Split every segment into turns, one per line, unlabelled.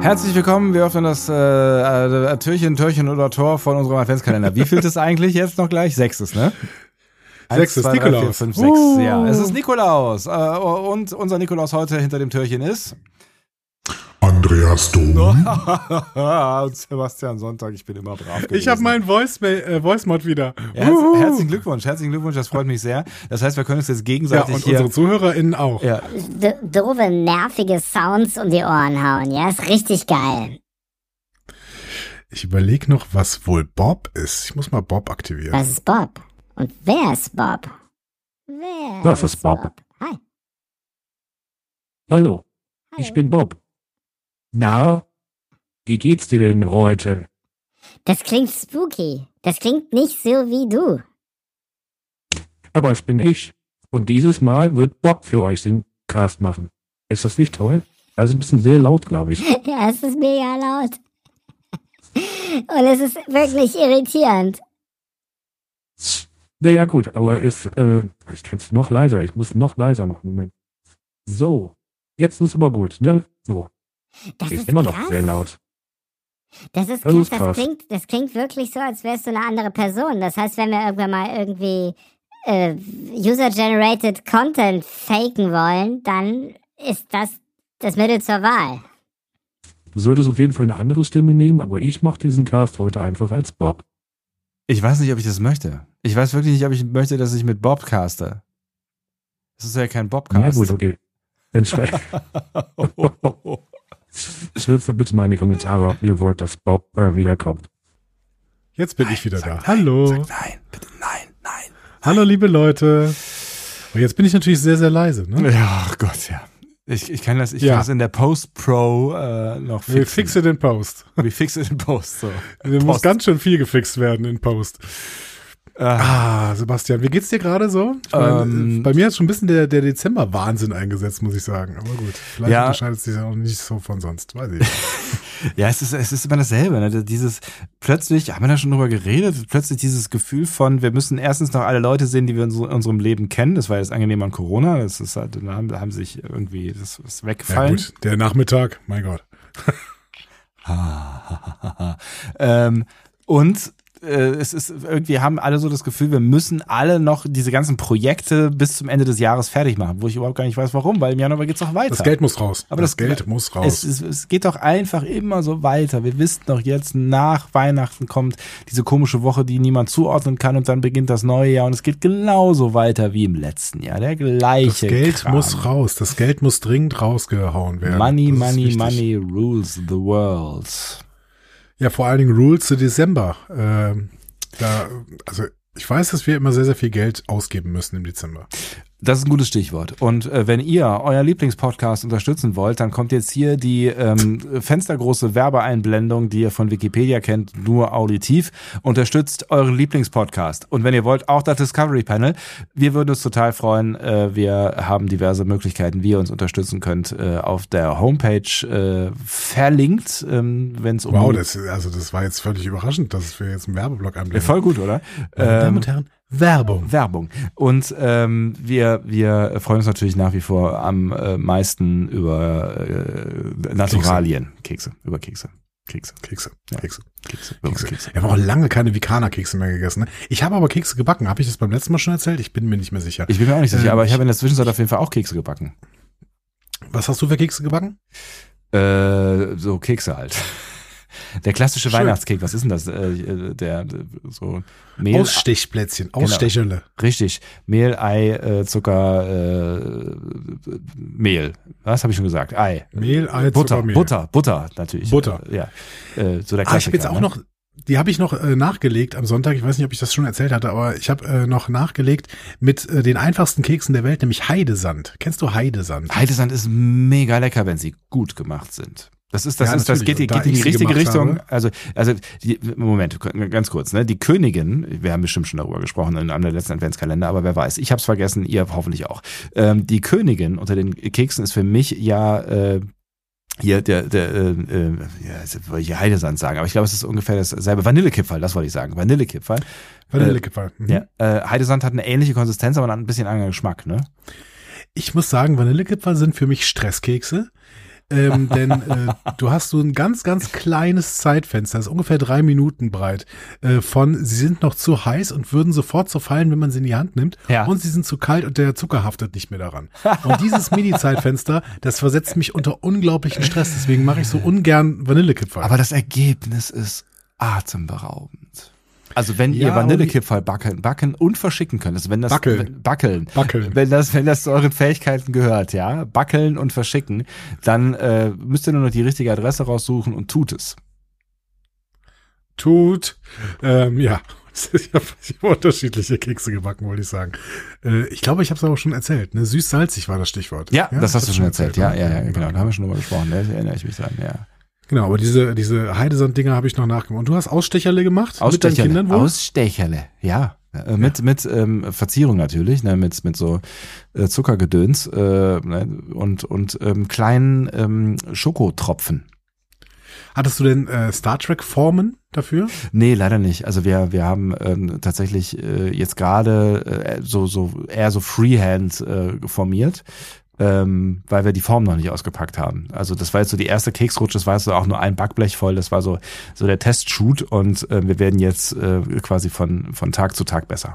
Herzlich willkommen. Wir öffnen das äh, äh, Türchen, Türchen oder Tor von unserem Adventskalender. Wie viel ist eigentlich jetzt noch gleich? Sechs ist, ne?
Sechs ist
zwei, drei, vier,
Nikolaus.
fünf, sechs. Ja, es ist Nikolaus. Äh, und unser Nikolaus heute hinter dem Türchen ist.
Andreas Dom,
und Sebastian Sonntag, ich bin immer brav. Gewesen.
Ich habe meinen Voice-Mail- äh, Voice-Mod wieder.
Ja, herz, herzlichen Glückwunsch, herzlichen Glückwunsch, das freut mich sehr. Das heißt, wir können uns jetzt
ja,
gegenseitig
und
hier.
unsere ZuhörerInnen auch.
Ja,
D doofe, nervige Sounds um die Ohren hauen, ja? Ist richtig geil.
Ich überlege noch, was wohl Bob ist. Ich muss mal Bob aktivieren.
Das ist Bob. Und wer ist Bob? Wer
Das ist Bob.
Hi. Hallo.
Hallo, ich bin Bob. Na, wie geht's dir denn heute?
Das klingt spooky. Das klingt nicht so wie du.
Aber es bin ich. Und dieses Mal wird Bob für euch den Cast machen. Ist das nicht toll? Das ist ein bisschen sehr laut, glaube ich.
Ja, es ist mega laut. Und es ist wirklich irritierend.
Naja, gut, aber es, äh, ich kann's noch leiser. Ich muss noch leiser machen. Moment. So, jetzt ist aber gut, ne? So,
Das
ist
ist
immer noch
krass.
sehr laut.
Das ist
Das
krass.
ist
Das
krass.
klingt, das klingt wirklich so, als wärst du eine andere Person. Das heißt, wenn wir irgendwann mal irgendwie äh, User-Generated Content faken wollen, dann ist das das Mittel zur Wahl.
Du solltest auf jeden Fall eine andere Stimme nehmen, aber ich mache diesen Cast heute einfach als Bob.
ich weiß nicht, ob ich das möchte. Ich weiß wirklich nicht, ob ich möchte, dass ich mit Bob caste. Das ist ja kein
Ja,
Bobcast.
gut, okay. Dann schrei- Schreibt mir bitte mal in die Kommentare, ob ihr wollt, dass Bob äh, wiederkommt.
Jetzt bin ich wieder da.
Sag nein,
Hallo.
Sag nein, bitte nein, nein.
Hallo, liebe Leute. Und jetzt bin ich natürlich sehr, sehr leise. Ne?
Ja, ach Gott, ja. Ich, ich kann das, ich
Ja.
kann das in der Post-Pro äh, noch fixen.
Wir fixe den Post.
Wie fixe den Post, so.
Da muss ganz schön viel gefixt werden in Post.
Äh,
Ah, Sebastian, wie geht's dir gerade so? Ich meine, äh,
Ähm,
bei mir hat schon ein bisschen der, der Dezember-Wahnsinn eingesetzt, muss ich sagen. Aber gut, vielleicht
Ja.
unterscheidet es sich ja auch nicht so von sonst. Weiß ich. nicht.
ja, es ist, es ist immer dasselbe. Ne? Dieses plötzlich, haben wir da schon drüber geredet, plötzlich dieses Gefühl von, wir müssen erstens noch alle Leute sehen, die wir in so- in unserem Leben kennen. Das war jetzt angenehm an Corona. Das ist halt, da haben, da haben sich irgendwie, das ist
ja,
weggefallen.
gut, der Nachmittag, mein Gott.
ähm, und äh, es ist irgendwie haben alle so das Gefühl, wir müssen alle noch diese ganzen Projekte bis zum Ende des Jahres fertig machen, wo ich überhaupt gar nicht weiß, warum, weil im Januar geht's doch weiter.
Das Geld muss raus.
Aber das-
Geld muss
es,
raus.
es, es geht doch einfach immer so weiter. Wir wissen doch jetzt, nach Weihnachten kommt diese komische Woche, die niemand zuordnen kann und dann beginnt das neue Jahr und es geht genauso weiter wie im letzten Jahr. Der gleiche
Das Geld
Kram.
muss raus. Das Geld muss dringend rausgehauen werden.
Money,
Das ist
money,
wichtig.
money rules the world.
Ja, vor allen Dingen Rules to December. Ähm, da, also ich weiß, dass wir immer sehr, sehr viel Geld ausgeben müssen im Dezember.
Das ist ein gutes Stichwort. Und äh, wenn ihr euer Lieblingspodcast unterstützen wollt, dann kommt jetzt hier die ähm, fenstergroße Werbeeinblendung, die ihr von Wikipedia kennt, nur auditiv. Unterstützt euren Lieblingspodcast. Und wenn ihr wollt, auch das Discovery Panel. Wir würden uns total freuen. Äh, wir haben diverse Möglichkeiten, wie ihr uns unterstützen könnt. Äh, auf der Homepage äh, verlinkt, ähm, wenn es um...
Wow, das, also das war jetzt völlig überraschend, dass wir jetzt einen Werbeblock
Äh,
anblenden.
Voll gut, oder?
Meine
Ähm,
Damen und Herren, Werbung.
Werbung. Und ähm, wir, wir freuen uns natürlich nach wie vor am äh, meisten über äh, Naturalien. Kekse. Über Kekse. Kekse.
Kekse,
Ja.
Kekse,
Kekse. Über
Kekse.
Kekse.
Wir haben auch lange keine Vikana-Kekse mehr gegessen. Ne? Ich habe aber Kekse gebacken. Habe ich das beim letzten Mal schon erzählt? Ich bin mir nicht mehr sicher.
Ich bin mir auch nicht sicher,
Ähm,
aber ich habe in der Zwischenzeit auf jeden Fall auch Kekse gebacken.
Was hast du für Kekse gebacken?
Äh, so Kekse halt. Der klassische
Schön.
Weihnachtskeks, was ist denn das? Äh, äh, der äh, so Mehl,
Ausstechplätzchen,
Genau.
Ausstecherle.
richtig. Mehl, Ei, äh, Zucker, äh, Mehl. Was habe ich schon gesagt? Ei.
Mehl, Ei,
Butter,
Zucker, Mehl.
Butter, Butter natürlich.
Butter.
Äh, ja. Äh, so der
Ah, ich
Klassiker,
habe jetzt auch
ne?
noch die habe ich noch äh, nachgelegt am Sonntag. Ich weiß nicht, ob ich das schon erzählt hatte, aber ich habe äh, noch nachgelegt mit äh, den einfachsten Keksen der Welt, nämlich Heidesand. Kennst du Heidesand?
Heidesand ist mega lecker, wenn sie gut gemacht sind. Das ist, das
Ja,
ist, das geht,
natürlich.
die-
Und da
geht in die
ich sie
richtige
gemacht
Richtung.
habe-
Also, also, die, Moment, ganz kurz, ne? Die Königin, wir haben bestimmt schon darüber gesprochen in einem der letzten Adventskalender, aber wer weiß, ich hab's vergessen, ihr hoffentlich auch. Ähm, die Königin unter den Keksen ist für mich ja, äh, hier, der, der, äh, äh, ja, jetzt wollte ich hier Heidesand sagen, aber ich glaube, es ist ungefähr dasselbe. Vanillekipferl, das wollte ich sagen. Vanillekipferl.
Vanillekipferl. Mhm.
Ja. Äh, Heidesand hat eine ähnliche Konsistenz, aber einen ein bisschen anderen Geschmack, ne?
Ich muss sagen, Vanillekipferl sind für mich Stresskekse. ähm, denn äh, du hast so ein ganz, ganz kleines Zeitfenster, das ist ungefähr drei Minuten breit, äh, von sie sind noch zu heiß und würden sofort zerfallen, wenn man sie in die Hand nimmt.
Ja.
Und sie sind zu kalt und der Zucker haftet nicht mehr daran. Und dieses Mini-Zeitfenster, das versetzt mich unter unglaublichen Stress. Deswegen mache ich so ungern Vanillekipferl.
Aber das Ergebnis ist atemberaubend. Also wenn
Ja,
ihr Vanillekipferl backen, backen und verschicken könnt, also wenn das
Backeln.
wenn- backeln,
Backeln.
wenn das wenn das zu euren Fähigkeiten gehört, ja, backeln und verschicken, dann äh, müsst ihr nur noch die richtige Adresse raussuchen und tut es.
tut. Ähm, ja, ich habe hab unterschiedliche Kekse gebacken, wollte ich sagen. Äh, ich glaube, ich habe es aber schon erzählt. Ne? Süß-salzig war das Stichwort.
Ja, das hast
ich
du
hab's
schon erzählt. Ja,
ne?
ja, ja, genau, da haben wir schon drüber gesprochen. Da erinnere ich mich dran. Ja.
Genau, aber diese, diese Heidesand-Dinger habe ich noch nachgemacht. Und du hast Ausstecherle gemacht? Mit deinen Kindern wohl?
Ausstecherle, ja. Äh, Mit, mit ähm, Verzierung natürlich, ne, mit, mit so äh, Zuckergedöns äh, ne, und, und ähm, kleinen ähm, Schokotropfen.
Hattest du denn äh, Star Trek-Formen dafür?
Nee, leider nicht. Also wir, wir haben ähm, tatsächlich äh, jetzt gerade äh, so, so eher so Freehand äh, formiert, ähm, weil wir die Form noch nicht ausgepackt haben. Also das war jetzt so die erste Keksrutsche, das war jetzt so auch nur ein Backblech voll, das war so, so der Testshoot und äh, wir werden jetzt äh, quasi von, von Tag zu Tag besser.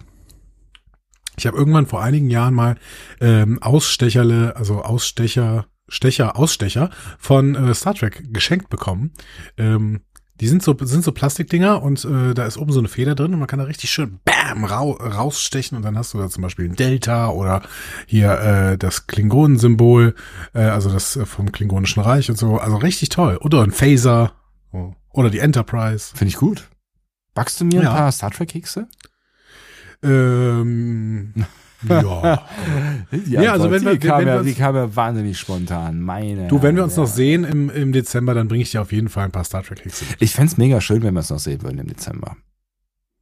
Ich habe irgendwann vor einigen Jahren mal ähm, Ausstecherle, also Ausstecher, Stecher, Ausstecher von äh, Star Trek geschenkt bekommen. Ähm, die sind so, sind so Plastikdinger und äh, da ist oben so eine Feder drin und man kann da richtig schön bam rau, rausstechen und dann hast du da zum Beispiel ein Delta oder hier äh, das Klingonensymbol, äh, also das äh, vom Klingonischen Reich und so. Also richtig toll. Oder ein Phaser Oh. oder die Enterprise.
Finde ich gut. Backst du mir
Ja.
ein paar Star Trek Kekse?
Ähm, ja. Ja, also wenn
die
wir- wenn
kam
wir
ja,
uns-
die kam ja wahnsinnig spontan. Meine.
Du, wenn wir uns
Herren,
noch
ja.
sehen im, im Dezember, dann bringe ich dir auf jeden Fall ein paar Star Trek Kekse. mit.
Ich fänd's mega schön, wenn wir es noch sehen würden im Dezember.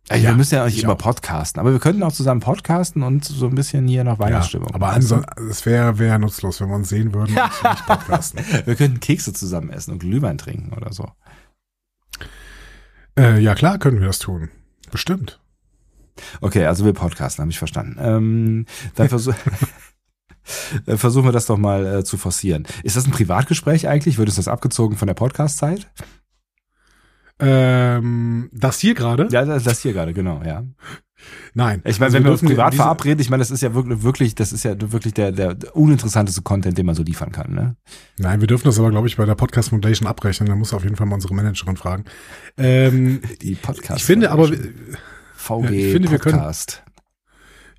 Ey,
Ja,
wir müssen ja auch nicht
ich
immer
auch.
podcasten, aber wir könnten auch zusammen podcasten und so ein bisschen hier noch
Ja,
Weihnachtsstimmung.
aber
machen.
ansonsten, es wäre wär nutzlos, wenn wir uns sehen würden und nicht podcasten.
wir könnten Kekse zusammen essen und Glühwein trinken oder so.
Äh, ja, klar können wir das tun. Bestimmt.
Okay, also wir podcasten, habe ich verstanden. Ähm, dann versuch, äh, versuchen wir das doch mal äh, zu forcieren. Ist das ein Privatgespräch eigentlich? Wird es das abgezogen von der Podcast-Zeit?
Ähm, das hier gerade?
Ja, das, das hier gerade, genau, ja.
Nein.
Ich meine,
Also
wenn wir uns
dürfen
privat
diese-
verabreden, ich meine, das ist ja wirklich, wirklich, das ist ja wirklich der, der, der uninteressanteste Content, den man so liefern kann, ne?
Nein, wir dürfen das aber, glaube ich, bei der Podcast Foundation abrechnen. Da muss auf jeden Fall mal unsere Managerin fragen. Ähm,
Die Podcast.
ich finde aber,
VG
Ja, ich finde, wir können-
Podcast.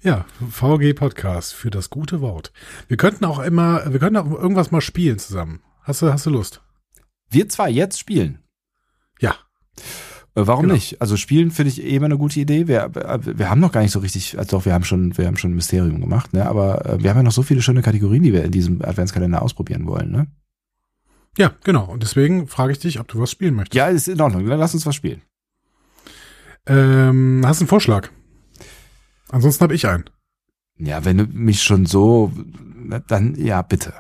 Ja, VG Podcast für das gute Wort. Wir könnten auch immer, wir könnten auch irgendwas mal spielen zusammen. Hast du, hast du Lust?
Wir zwei jetzt spielen.
Ja.
Äh, warum
Genau.
nicht? Also spielen finde ich eh immer eine gute Idee. Wir, äh, wir haben noch gar nicht so richtig, also doch, wir haben schon, wir haben schon ein Mysterium gemacht, ne? Aber äh, wir haben ja noch so viele schöne Kategorien, die wir in diesem Adventskalender ausprobieren wollen, ne?
Ja, genau. Und deswegen frage ich dich, ob du was spielen möchtest.
Ja, ist in Ordnung. Dann lass uns was spielen.
Ähm, hast du einen Vorschlag? Ansonsten habe ich einen.
Ja, wenn du mich schon so, na, dann ja, bitte.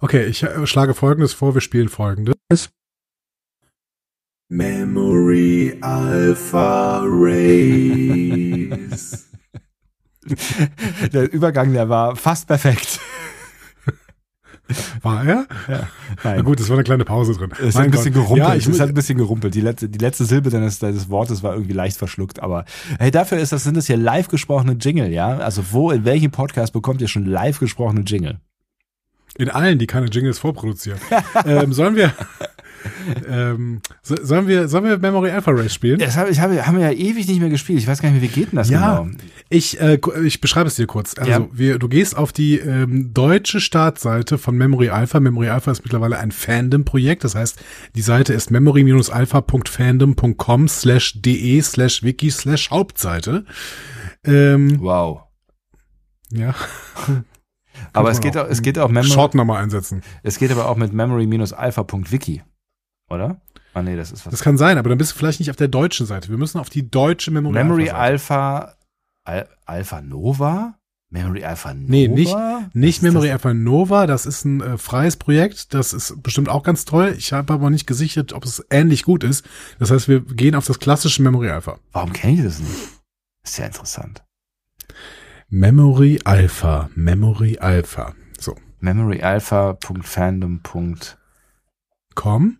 Okay, ich äh, schlage Folgendes vor, wir spielen Folgendes.
Memory Alpha Race.
Der Übergang, der war fast perfekt.
War er? Na
Nein.
gut, es war eine kleine Pause drin.
Es hat
Mein
ein bisschen
Gott.
gerumpelt.
Ja, ich,
es
muss-
hat ein bisschen gerumpelt. Die letzte, die letzte Silbe deines, deines Wortes war irgendwie leicht verschluckt. Aber hey, dafür ist das, sind das hier live gesprochene Jingle, ja? Also wo, in welchem Podcast bekommt ihr schon live gesprochene Jingle?
in allen, die keine Jingles vorproduzieren. ähm, sollen wir, ähm, so, sollen, wir, sollen wir Memory Alpha Race spielen?
Das hab, ich habe haben wir ja ewig nicht mehr gespielt. Ich weiß gar nicht mehr, wie geht denn das
Ja,
genau?
ich, äh, ku- ich beschreibe es dir kurz. Also
Ja.
wir, du gehst auf die ähm, deutsche Startseite von Memory Alpha. Memory Alpha ist mittlerweile ein Fandom-Projekt. Das heißt, die Seite ist memory-alpha.fandom.com slash de slash wiki slash Hauptseite. Ähm,
Wow.
ja,
Aber es
man
geht,
auch-
auch, es geht auch Memory,
Short nochmal einsetzen.
es geht aber auch mit memory-alpha.wiki, oder? Ah nee, das ist was.
Das kann sein, aber dann bist du vielleicht nicht auf der deutschen Seite. Wir müssen auf die deutsche Memory,
Memory
Alpha. Seite.
Alpha Al Alpha Nova? Memory Alpha Nova?
Nee, nicht- Nicht
Was ist
Memory Alpha Nova, das ist ein äh, freies Projekt, das ist bestimmt auch ganz toll. Ich habe aber nicht gesichert, ob es ähnlich gut ist. Das heißt, wir gehen auf das klassische Memory Alpha.
Das? Warum kenne ich das nicht? Ist ja interessant.
Memory Alpha, Memory Alpha. So,
Memory Alpha.fandom.
komm.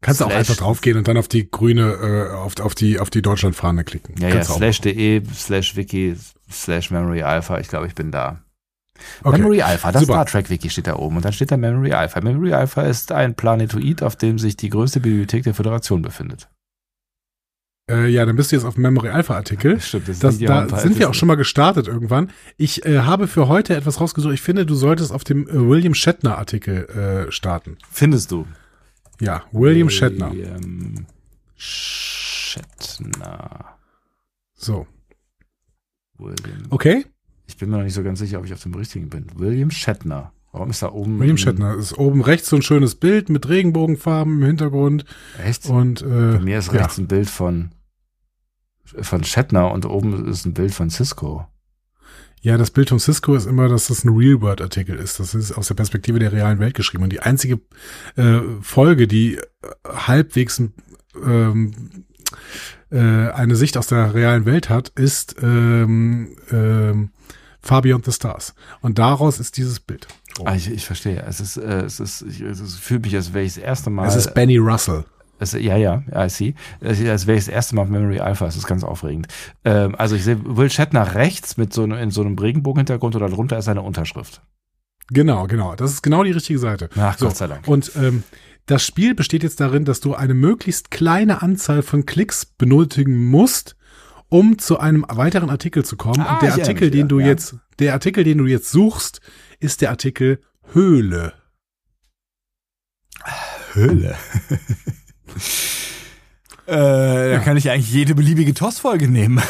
Kannst du auch
Slash-
einfach draufgehen und dann auf die grüne, äh, auf, auf die, auf die Deutschlandfahne klicken.
Ja, ja,
Kannst du auch.
slash de, slash wiki, slash Memory Alpha. Ich glaube, ich bin da.
Okay.
Memory Alpha, das
Super.
Star Trek Wiki steht da oben und dann steht da Memory Alpha. Memory Alpha ist ein Planetoid, auf dem sich die größte Bibliothek der Föderation befindet.
Äh, ja, dann bist du jetzt auf Memory Alpha Artikel.
Stimmt,
Äh, Das, da sind wir auch schon mal gestartet irgendwann. Ich äh, habe für heute etwas rausgesucht. Ich finde, du solltest auf dem äh, William Shatner Artikel äh, starten.
Findest du?
Ja,
Äh,
William Shatner.
William Shatner.
So,
William.
okay.
Ich bin mir noch nicht so ganz sicher, ob ich auf dem richtigen bin. William Shatner. Warum ist da oben?
William Shatner ist oben rechts so ein schönes Bild mit Regenbogenfarben im Hintergrund
Echt?
und äh,
Bei mir ist rechts ein Bild von, von Shatner und oben ist ein Bild von Cisco.
ja, ja, das Bild von Cisco ist immer, dass das ein Real World Artikel ist. Das ist aus der Perspektive der realen Welt geschrieben und die einzige äh, Folge, die äh, halbwegs ähm, äh, eine Sicht aus der realen Welt hat, ist ähm, ähm, Far Beyond the Stars. Und daraus ist dieses Bild. Oh.
Ah, ich, ich verstehe. Es ist, äh, es ist, ich, es fühlt mich, als wäre ich das erste Mal.
Es ist Benny Russell.
Es, ja, ja, I see. Es, als wäre ich das erste Mal auf Memory Alpha. Es ist ganz aufregend. Ähm, also ich sehe Will Shatner rechts mit so einem, in so einem Regenbogenhintergrund oder drunter ist seine Unterschrift.
Genau, genau. Das ist genau die richtige Seite.
Ach,
So,
Gott sei Dank.
Und ähm, das Spiel besteht jetzt darin, dass du eine möglichst kleine Anzahl von Klicks benötigen musst, um zu einem weiteren Artikel zu kommen.
Ah,
Und der
ich erinnere
Artikel,
mich
den
wieder,
du
ja.
jetzt, der Artikel, den du jetzt suchst, ist der Artikel Höhle.
Höhle. Äh, da kann ich eigentlich jede beliebige Tossfolge nehmen.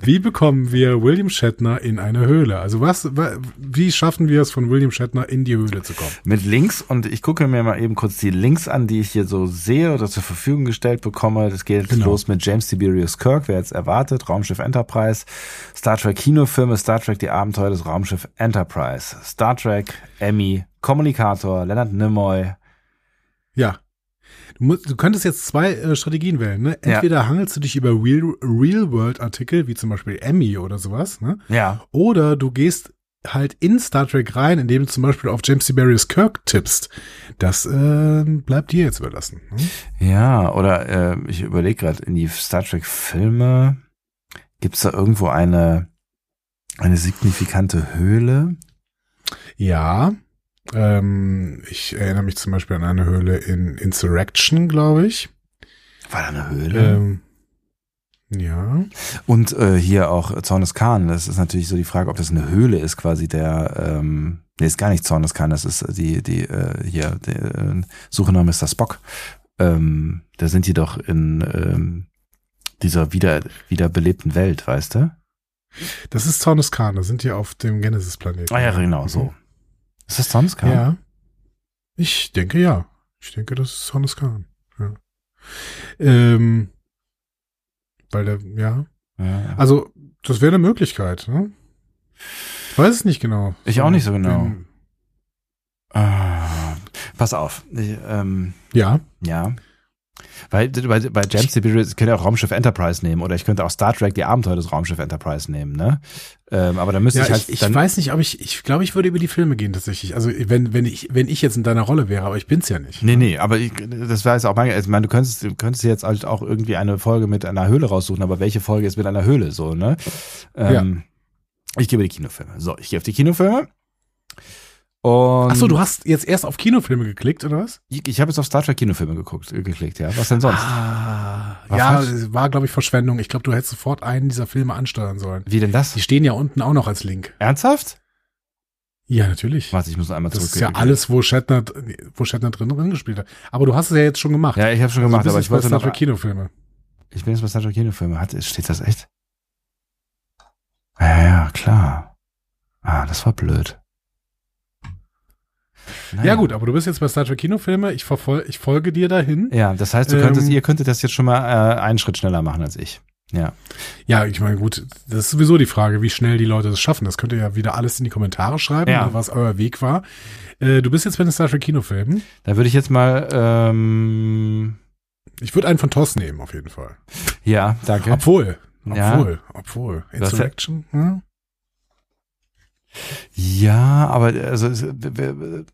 Wie bekommen wir William Shatner in eine Höhle? Also was, wa- wie schaffen wir es, von William Shatner in die Höhle zu kommen?
Mit Links und ich gucke mir mal eben kurz die Links an, die ich hier so sehe oder zur Verfügung gestellt bekomme. Das geht
Genau.
los mit James Tiberius Kirk, wer jetzt erwartet, Raumschiff Enterprise, Star Trek Kinofilme, Star Trek die Abenteuer des Raumschiff Enterprise, Star Trek, Emmy, Kommunikator, Leonard Nimoy.
Ja. Du, musst, du könntest jetzt zwei äh, Strategien wählen. Ne?
Ja.
Entweder hangelst du dich über Real- Real-World-Artikel, wie zum Beispiel Emmy oder sowas, ne?
Ja.
Oder du gehst halt in Star Trek rein, indem du zum Beispiel auf James Tiberius Kirk tippst. Das äh, bleibt dir jetzt überlassen. Ne?
Ja, oder äh, ich überlege gerade, in die Star Trek Filme gibt's da irgendwo eine, eine signifikante Höhle?
Ja. Ähm, ich erinnere mich zum Beispiel an eine Höhle in Insurrection, glaube ich.
War da eine Höhle?
Ähm, ja.
Und äh, hier auch äh, Zorn des Khan. Das ist natürlich so die Frage, ob das eine Höhle ist, quasi der. Ähm, nee, ist gar nicht Zorn des Khan. Das ist äh, die die äh, hier der äh, Suche nach Mr. Spock. Ähm, da sind die doch in ähm, dieser wieder wiederbelebten Welt, weißt du?
Das ist Zorn des Khan, da sind die auf dem Genesis-Planeten. ne? Mhm.
Ah ja, genau so. Ist das Zorn des Khan?
Ja. Ich denke ja. Ich denke, das ist Hannes Kahn. Ja. Ähm, weil der, ja.
ja.
Also, das wäre eine Möglichkeit, ne? Ich weiß es nicht genau.
Ich auch nicht so genau.
Ähm,
Ah, pass auf. Ich, ähm,
Ja.
Ja. Weil bei, bei James Tiberius, ich könnte auch Raumschiff Enterprise nehmen oder ich könnte auch Star Trek die Abenteuer des Raumschiff Enterprise nehmen, ne? Ähm, aber dann müsste
Ja,
ich halt
ich, ich
dann,
weiß nicht, ob ich, ich glaube, ich würde über die Filme gehen tatsächlich. Also, wenn, wenn ich, wenn ich jetzt in deiner Rolle wäre, aber ich bin's ja nicht.
Nee, nee, aber ich, das war jetzt auch meine, ich meine, du könntest, du könntest jetzt halt auch irgendwie eine Folge mit einer Höhle raussuchen, aber welche Folge ist mit einer Höhle, so, ne? Ähm, Ich gebe die Kinofilme. So, ich gehe auf die Kinofilme. Und
Achso, du hast jetzt erst auf Kinofilme geklickt, oder was?
ich, ich habe jetzt auf Star Trek Kinofilme geguckt, äh, geklickt, ja. Was denn sonst?
Ah,
War
ja,
falsch?
es war, glaube ich, Verschwendung. Ich glaube, du hättest sofort einen dieser Filme ansteuern sollen.
Wie denn das?
Die stehen ja unten auch noch als Link.
Ernsthaft?
Ja, natürlich.
Warte, ich muss noch einmal
Das
zurück.
ist ja alles, wo Shatner, wo Shatner drin, drin gespielt hat. Aber du hast es ja jetzt schon gemacht.
Ja, ich habe schon gemacht,
also
aber ich wollte
Star
noch.
Trek Kinofilme.
Ich bin jetzt bei Star Trek Kinofilme. Hat, steht das echt? Ja, ja, klar. Ah, das war blöd. Naja.
Ja gut, aber du bist jetzt bei Star Trek Kinofilme. Ich, verfol ich folge dir dahin.
Ja, das heißt, du
Ähm,
könntest, ihr könntet das jetzt schon mal äh, einen Schritt schneller machen als ich.
Ja, ich meine, gut, das ist sowieso die Frage, wie schnell die Leute das schaffen. Das könnt ihr ja wieder alles in die Kommentare schreiben,
Ja.
was euer Weg war. Äh, du bist jetzt bei den Star Trek Kinofilmen.
Da würde ich jetzt mal, ähm,
Ich würde einen von Toss nehmen, auf jeden Fall.
ja, danke.
Obwohl,
Ja.
obwohl, obwohl.
hast ja-
Insurrection? Hm?
Ja, aber also, es- w- w-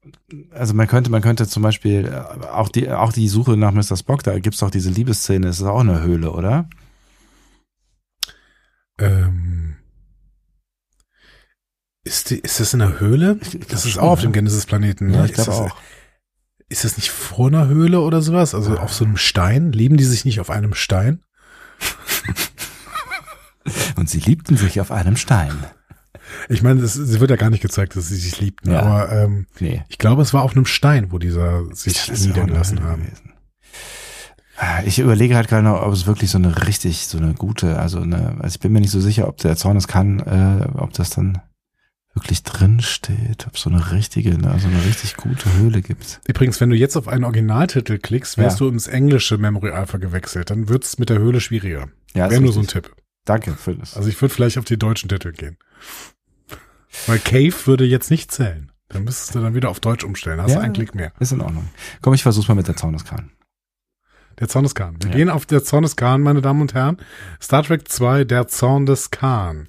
also man könnte, man könnte zum Beispiel äh, auch die, auch die Suche nach Mr. Spock, da gibt's doch diese Liebesszene, das ist auch eine Höhle, oder?
Ähm, ist, die, ist das in der Höhle? Das ist auch auf dem Genesis-Planeten.
Ja,
ne?
ich
Ist
glaube
das-
auch.
Ist das nicht vor einer Höhle oder sowas?
Ah.
Also auf so einem Stein? Leben die sich nicht auf einem Stein?
Und sie liebten sich auf einem Stein.
Ich meine, das, es wird ja gar nicht gezeigt, dass sie sich liebten,
Ja.
aber ähm,
Nee.
ich glaube, es war auf einem Stein, wo dieser sich
Das ist auch
niedergelassen
eine
haben.
gewesen. Ah, Ich überlege halt gerade noch, ob es wirklich so eine richtig, so eine gute, also eine, also ich bin mir nicht so sicher, ob der Zorn es kann, äh, ob das dann wirklich drin steht, ob es so eine richtige, ne, also eine richtig gute Höhle gibt.
Übrigens, wenn du jetzt auf einen Originaltitel klickst, wärst
Ja.
du ins englische Memory Alpha gewechselt. Dann wird's mit der Höhle schwieriger.
Ja,
Wäre nur so ein Tipp.
Danke, Phyllis.
Also ich würde vielleicht auf die deutschen Titel gehen. Weil Cave würde jetzt nicht zählen. Dann müsstest du dann wieder auf Deutsch umstellen. Da hast du
Ja.
einen Klick mehr.
ist in Ordnung. Komm, ich versuch's mal mit der Zorneskan.
Der Zorn des Khan. Wir
Ja.
gehen auf der Zorn des Khan, meine Damen und Herren. Star Trek 2, der Zorn des Khan.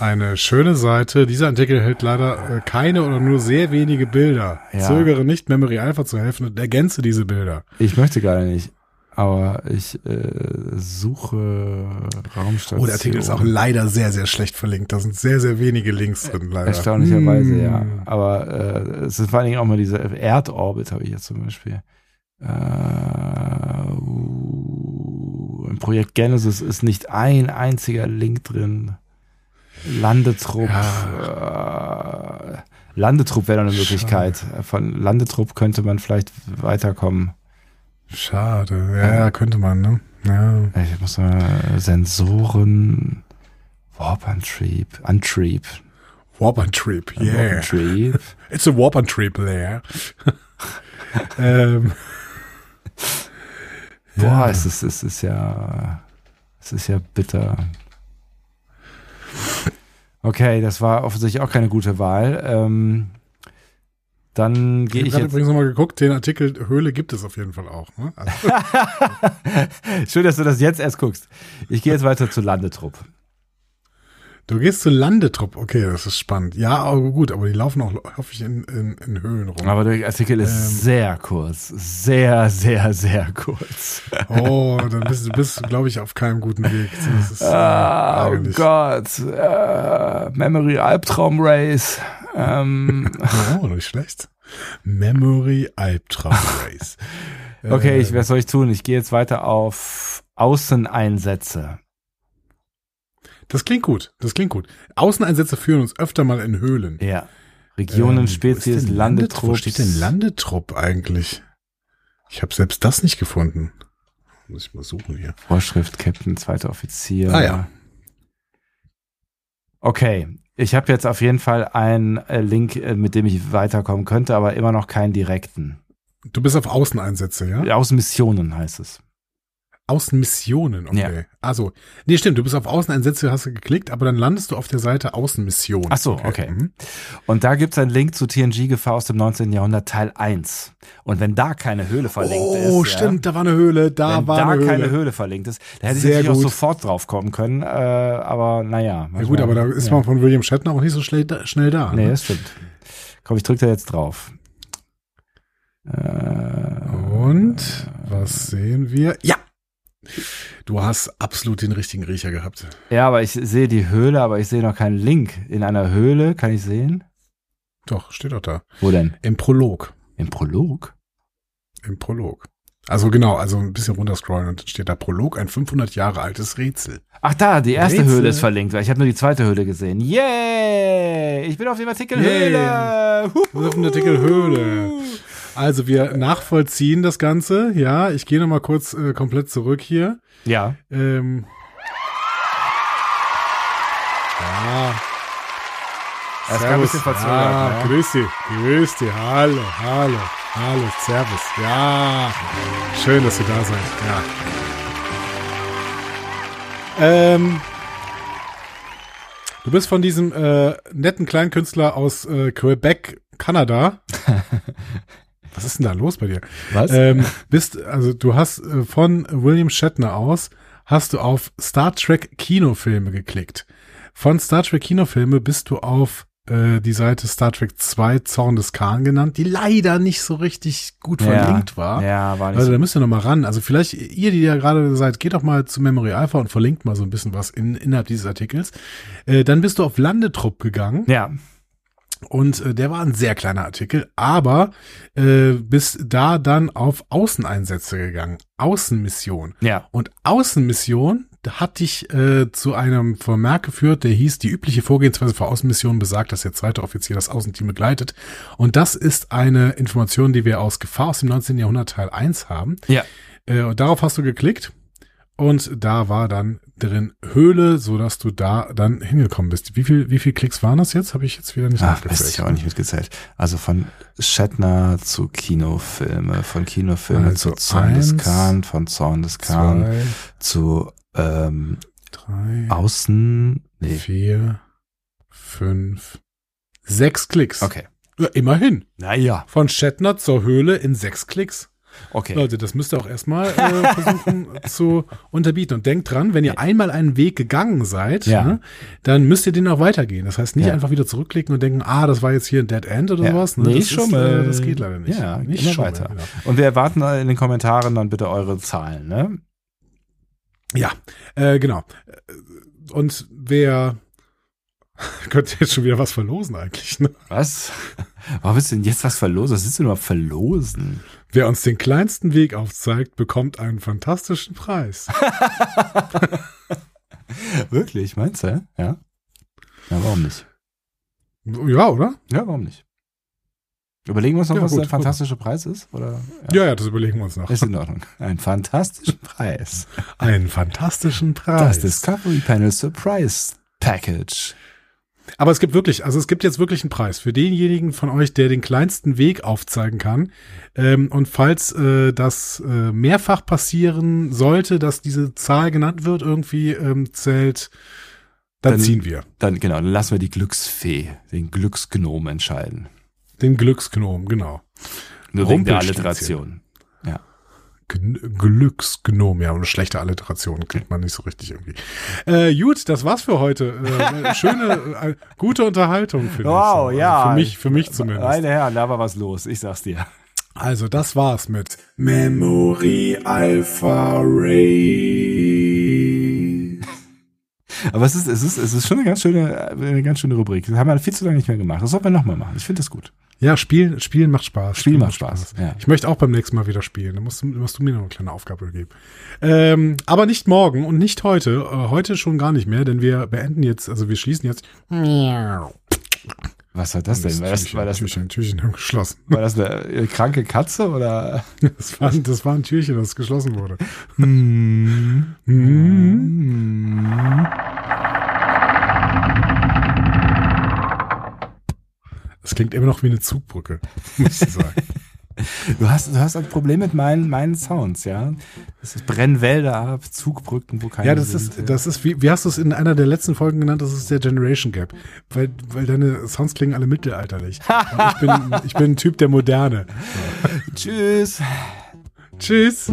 Eine schöne Seite. Dieser Artikel hält leider äh, keine oder nur sehr wenige Bilder.
Ja.
Zögere nicht, Memory Alpha zu helfen und ergänze diese Bilder.
Ich möchte gerade nicht, aber ich äh, suche Raumstation.
Oh, der Artikel ist auch leider sehr, sehr schlecht verlinkt. Da sind sehr, sehr wenige Links drin, leider.
Erstaunlicherweise,
Äh, Hm.
ja. Aber äh, es ist vor allen Dingen auch mal diese Erdorbit, habe ich jetzt zum Beispiel. Äh, uh, Im Projekt Genesis ist nicht ein einziger Link drin. Landetrupp. Äh, Landetrupp wäre noch eine Möglichkeit. Von Landetrupp könnte man vielleicht weiterkommen.
Schade. Ja, ja, könnte man, ne? Ja.
Ich muss mal Sensoren. Warp Antrieb. Antrieb.
Warp and Trip,
Warp
yeah.
Antrieb.
It's a Warp and Trip there. ähm.
Boah, es ist, es ist ja, es ist ja bitter. Okay, das war offensichtlich auch keine gute Wahl. Ähm, dann gehe
Ich
ich
habe
jetzt.
übrigens nochmal geguckt, den Artikel Höhle gibt es auf jeden Fall auch. Ne? Also,
Schön, dass du das jetzt erst guckst. Ich gehe jetzt weiter zu Landetrupp.
du gehst zu Landetrupp, okay, das ist spannend. Ja, aber gut, aber die laufen auch hoffe ich in, in, in Höhlen rum.
Aber der Artikel ist
Ähm.
sehr kurz. Sehr, sehr, sehr kurz.
Oh, dann bist du, bist, du, glaube ich, auf keinem guten Weg. Das ist, äh,
oh
ärgerlich.
Gott. Äh, Memory Albtraum Race. Ähm,
Oh, nicht schlecht. Memory Albtraum Race. Äh,
okay, ich,
werde.
was soll ich tun? Ich gehe jetzt weiter auf Außeneinsätze.
Das klingt gut, das klingt gut. Außeneinsätze führen uns öfter mal in Höhlen.
Ja. Regionen,
Ähm, wo ist
Spezies,
denn
Landetrupp.
Wo steht denn Landetrupp eigentlich? Ich habe selbst das nicht gefunden. Muss ich mal suchen hier.
Vorschrift, Captain, zweiter Offizier.
Ah, ja.
Okay. Ich habe jetzt auf jeden Fall einen äh, Link, äh, mit dem ich weiterkommen könnte, aber immer noch keinen direkten. Äh,
Du bist auf Außeneinsätze, ja?
Aus Missionen heißt es.
Außenmissionen, okay. Also, nee, stimmt, du bist auf Außeneinsätze, hast du geklickt, aber dann landest du auf der Seite Außenmissionen.
Ach so, okay.
Mhm.
Und da gibt's einen Link zu TNG-Gefahr aus dem 19. Jahrhundert, Teil 1. Und wenn da keine Höhle verlinkt ist.
Oh, stimmt,
Ja,
da war eine Höhle, da
wenn
war
da
eine Höhle.
keine Höhle verlinkt ist, da hätte ich
Sehr
natürlich auch
gut.
sofort drauf kommen können. Äh, aber naja.
Ja gut, aber da ist man von William Shatner auch nicht so schnell da. Schnell da
Nee,
ne?
das stimmt. Komm, ich drück da jetzt drauf. Äh,
Und was sehen wir? Ja! Du hast absolut den richtigen Riecher gehabt.
ja, aber ich sehe die Höhle, aber ich sehe noch keinen Link. In einer Höhle kann ich sehen.
Doch, steht doch da.
Wo denn?
Im Prolog.
Im Prolog?
Im Prolog. Also genau, also ein bisschen runterscrollen und dann steht da Prolog, ein 500 Jahre altes Rätsel.
Ach da, die erste
Rätsel.
Höhle ist verlinkt, weil ich habe nur die zweite Höhle gesehen. Yay! Ich bin auf dem Artikel
Yay.
Höhle! Huhu.
Wir sind auf dem Artikel Höhle. Also wir nachvollziehen das Ganze. Ja, ich gehe nochmal kurz äh, komplett zurück hier.
Ja.
Ähm. Ja.
Das ist ein bisschen verzögert.
ja,
ne?
grüß dich, grüß dich, hallo, hallo, hallo, servus, ja, schön, dass ihr da seid, ja. Ähm, du bist von diesem äh, netten kleinen Künstler aus äh, Quebec, Kanada. Was ist denn da los bei dir?
Was?
Ähm, bist, also du hast äh, von William Shatner aus, hast du auf Star Trek Kinofilme geklickt. Von Star Trek Kinofilme bist du auf äh, die Seite Star Trek 2 Zorn des Khan genannt, die leider nicht so richtig gut verlinkt war.
Ja, war nicht
Also
so.
da müsst ihr noch mal ran. Also vielleicht ihr, die da gerade seid, geht doch mal zu Memory Alpha und verlinkt mal so ein bisschen was in, innerhalb dieses Artikels. Äh, dann bist du auf Landetrupp gegangen.
Ja,
Und äh, der war ein sehr kleiner Artikel, aber äh, bis da dann auf Außeneinsätze gegangen. Außenmission.
ja.
Und Außenmission hat dich äh, zu einem Vermerk geführt, der hieß, die übliche Vorgehensweise für Außenmissionen besagt, dass der zweite Offizier das Außenteam begleitet. Und das ist eine Information, die wir aus Gefahr aus dem 19. Jahrhundert Teil 1 haben.
Ja.
Äh, und darauf hast du geklickt und da war dann drin Höhle, sodass du da dann hingekommen bist. Wie viel, wie viel Klicks waren das jetzt? Habe ich jetzt wieder nicht
Ach,
nachgezählt.
Mist, ich habe auch nicht mitgezählt. Also von Shatner zu Kinofilme, von Kinofilme
Also
zu Zorn des
eins,
Kahn, von Zorn des Kahn
Zwei,
zu ähm,
drei,
Außen. Nee.
vier, fünf, sechs Klicks.
Okay.
Ja, immerhin.
Naja,
Von Shatner zur Höhle in sechs Klicks.
okay.
Leute, das müsst ihr auch erstmal äh, versuchen zu unterbieten. Und denkt dran, wenn ihr einmal einen Weg gegangen seid,
Ja.
ne, dann müsst ihr den auch weitergehen. Das heißt, nicht
Ja.
einfach wieder zurückklicken und denken, ah, das war jetzt hier ein Dead End oder
Ja.
sowas. Ne?
Nicht
das
schummeln.
Ist, äh, das geht leider nicht.
Ja,
nicht
immer
schummeln,
weiter.
genau.
Und wir erwarten in den Kommentaren dann bitte eure Zahlen, ne?
Ja, äh, genau. Äh, Und wer könnte jetzt schon wieder was verlosen eigentlich, ne?
Was? Warum willst du denn jetzt was verlosen? Was willst du denn überhaupt verlosen?
Wer uns den kleinsten Weg aufzeigt, bekommt einen fantastischen Preis.
Wirklich, meinst du? Ja. Ja, warum nicht?
ja, oder?
Ja, warum nicht? Überlegen wir uns noch,
Ja,
was
gut,
der fantastische Preis ist? Oder?
Ja, ja, das überlegen wir uns noch.
Ist in Ordnung. Ein fantastischen Preis.
Einen fantastischen
Das
Preis.
Discovery Panel Surprise Package.
Aber es gibt wirklich, also es gibt jetzt wirklich einen Preis für denjenigen von euch, der den kleinsten Weg aufzeigen kann. Ähm, und falls äh, das äh, mehrfach passieren sollte, dass diese Zahl genannt wird, irgendwie ähm, zählt, dann,
Dann-
ziehen wir
Dann, genau, dann lassen wir die Glücksfee, den Glücksgnom entscheiden.
den Glücksgnom, genau.
Nur wegen der
Rumpelstilzchen.
Alliteration.
Gn Glücksgnom, ja, eine schlechte Alliteration klingt man nicht so richtig irgendwie. Äh, gut, das war's für heute. Äh, schöne, äh, gute Unterhaltung, finde ich. so.
Wow,
Also
ja.
Für mich, für mich zumindest.
Meine Herren, da war was los, ich sag's dir.
Also, das war's mit
Memory Alpha Ray.
Aber es ist, es ist, es ist schon eine ganz schöne, eine ganz schöne Rubrik. Das haben wir viel zu lange nicht mehr gemacht. Das sollten wir nochmal machen. Ich finde das gut.
Ja, Spielen, Spielen macht Spaß.
Spielen macht Spaß, ja.
Ich möchte auch beim nächsten Mal wieder spielen. Da musst du, musst du mir noch eine kleine Aufgabe geben. Ähm, aber nicht morgen und nicht heute. Äh, heute schon gar nicht mehr, denn wir beenden jetzt, also wir schließen jetzt.
Was war das denn? War das,
Türchen,
war das, war das,
Türchen, Türchen haben geschlossen.
war das eine äh, kranke Katze oder?
Das war, das war ein Türchen, das geschlossen wurde. Es klingt immer noch wie eine Zugbrücke, muss ich sagen.
Du hast, du hast ein Problem mit meinen, meinen Sounds, ja? Es ist Brennwälder ab, Zugbrücken, wo keine
Ja, das
sind.
ist, das ist, wie, wie hast du es in einer der letzten Folgen genannt, das ist der Generation Gap. Weil, weil deine Sounds klingen alle mittelalterlich. Und ich, bin, ich bin ein Typ der Moderne.
Tschüss.
Tschüss.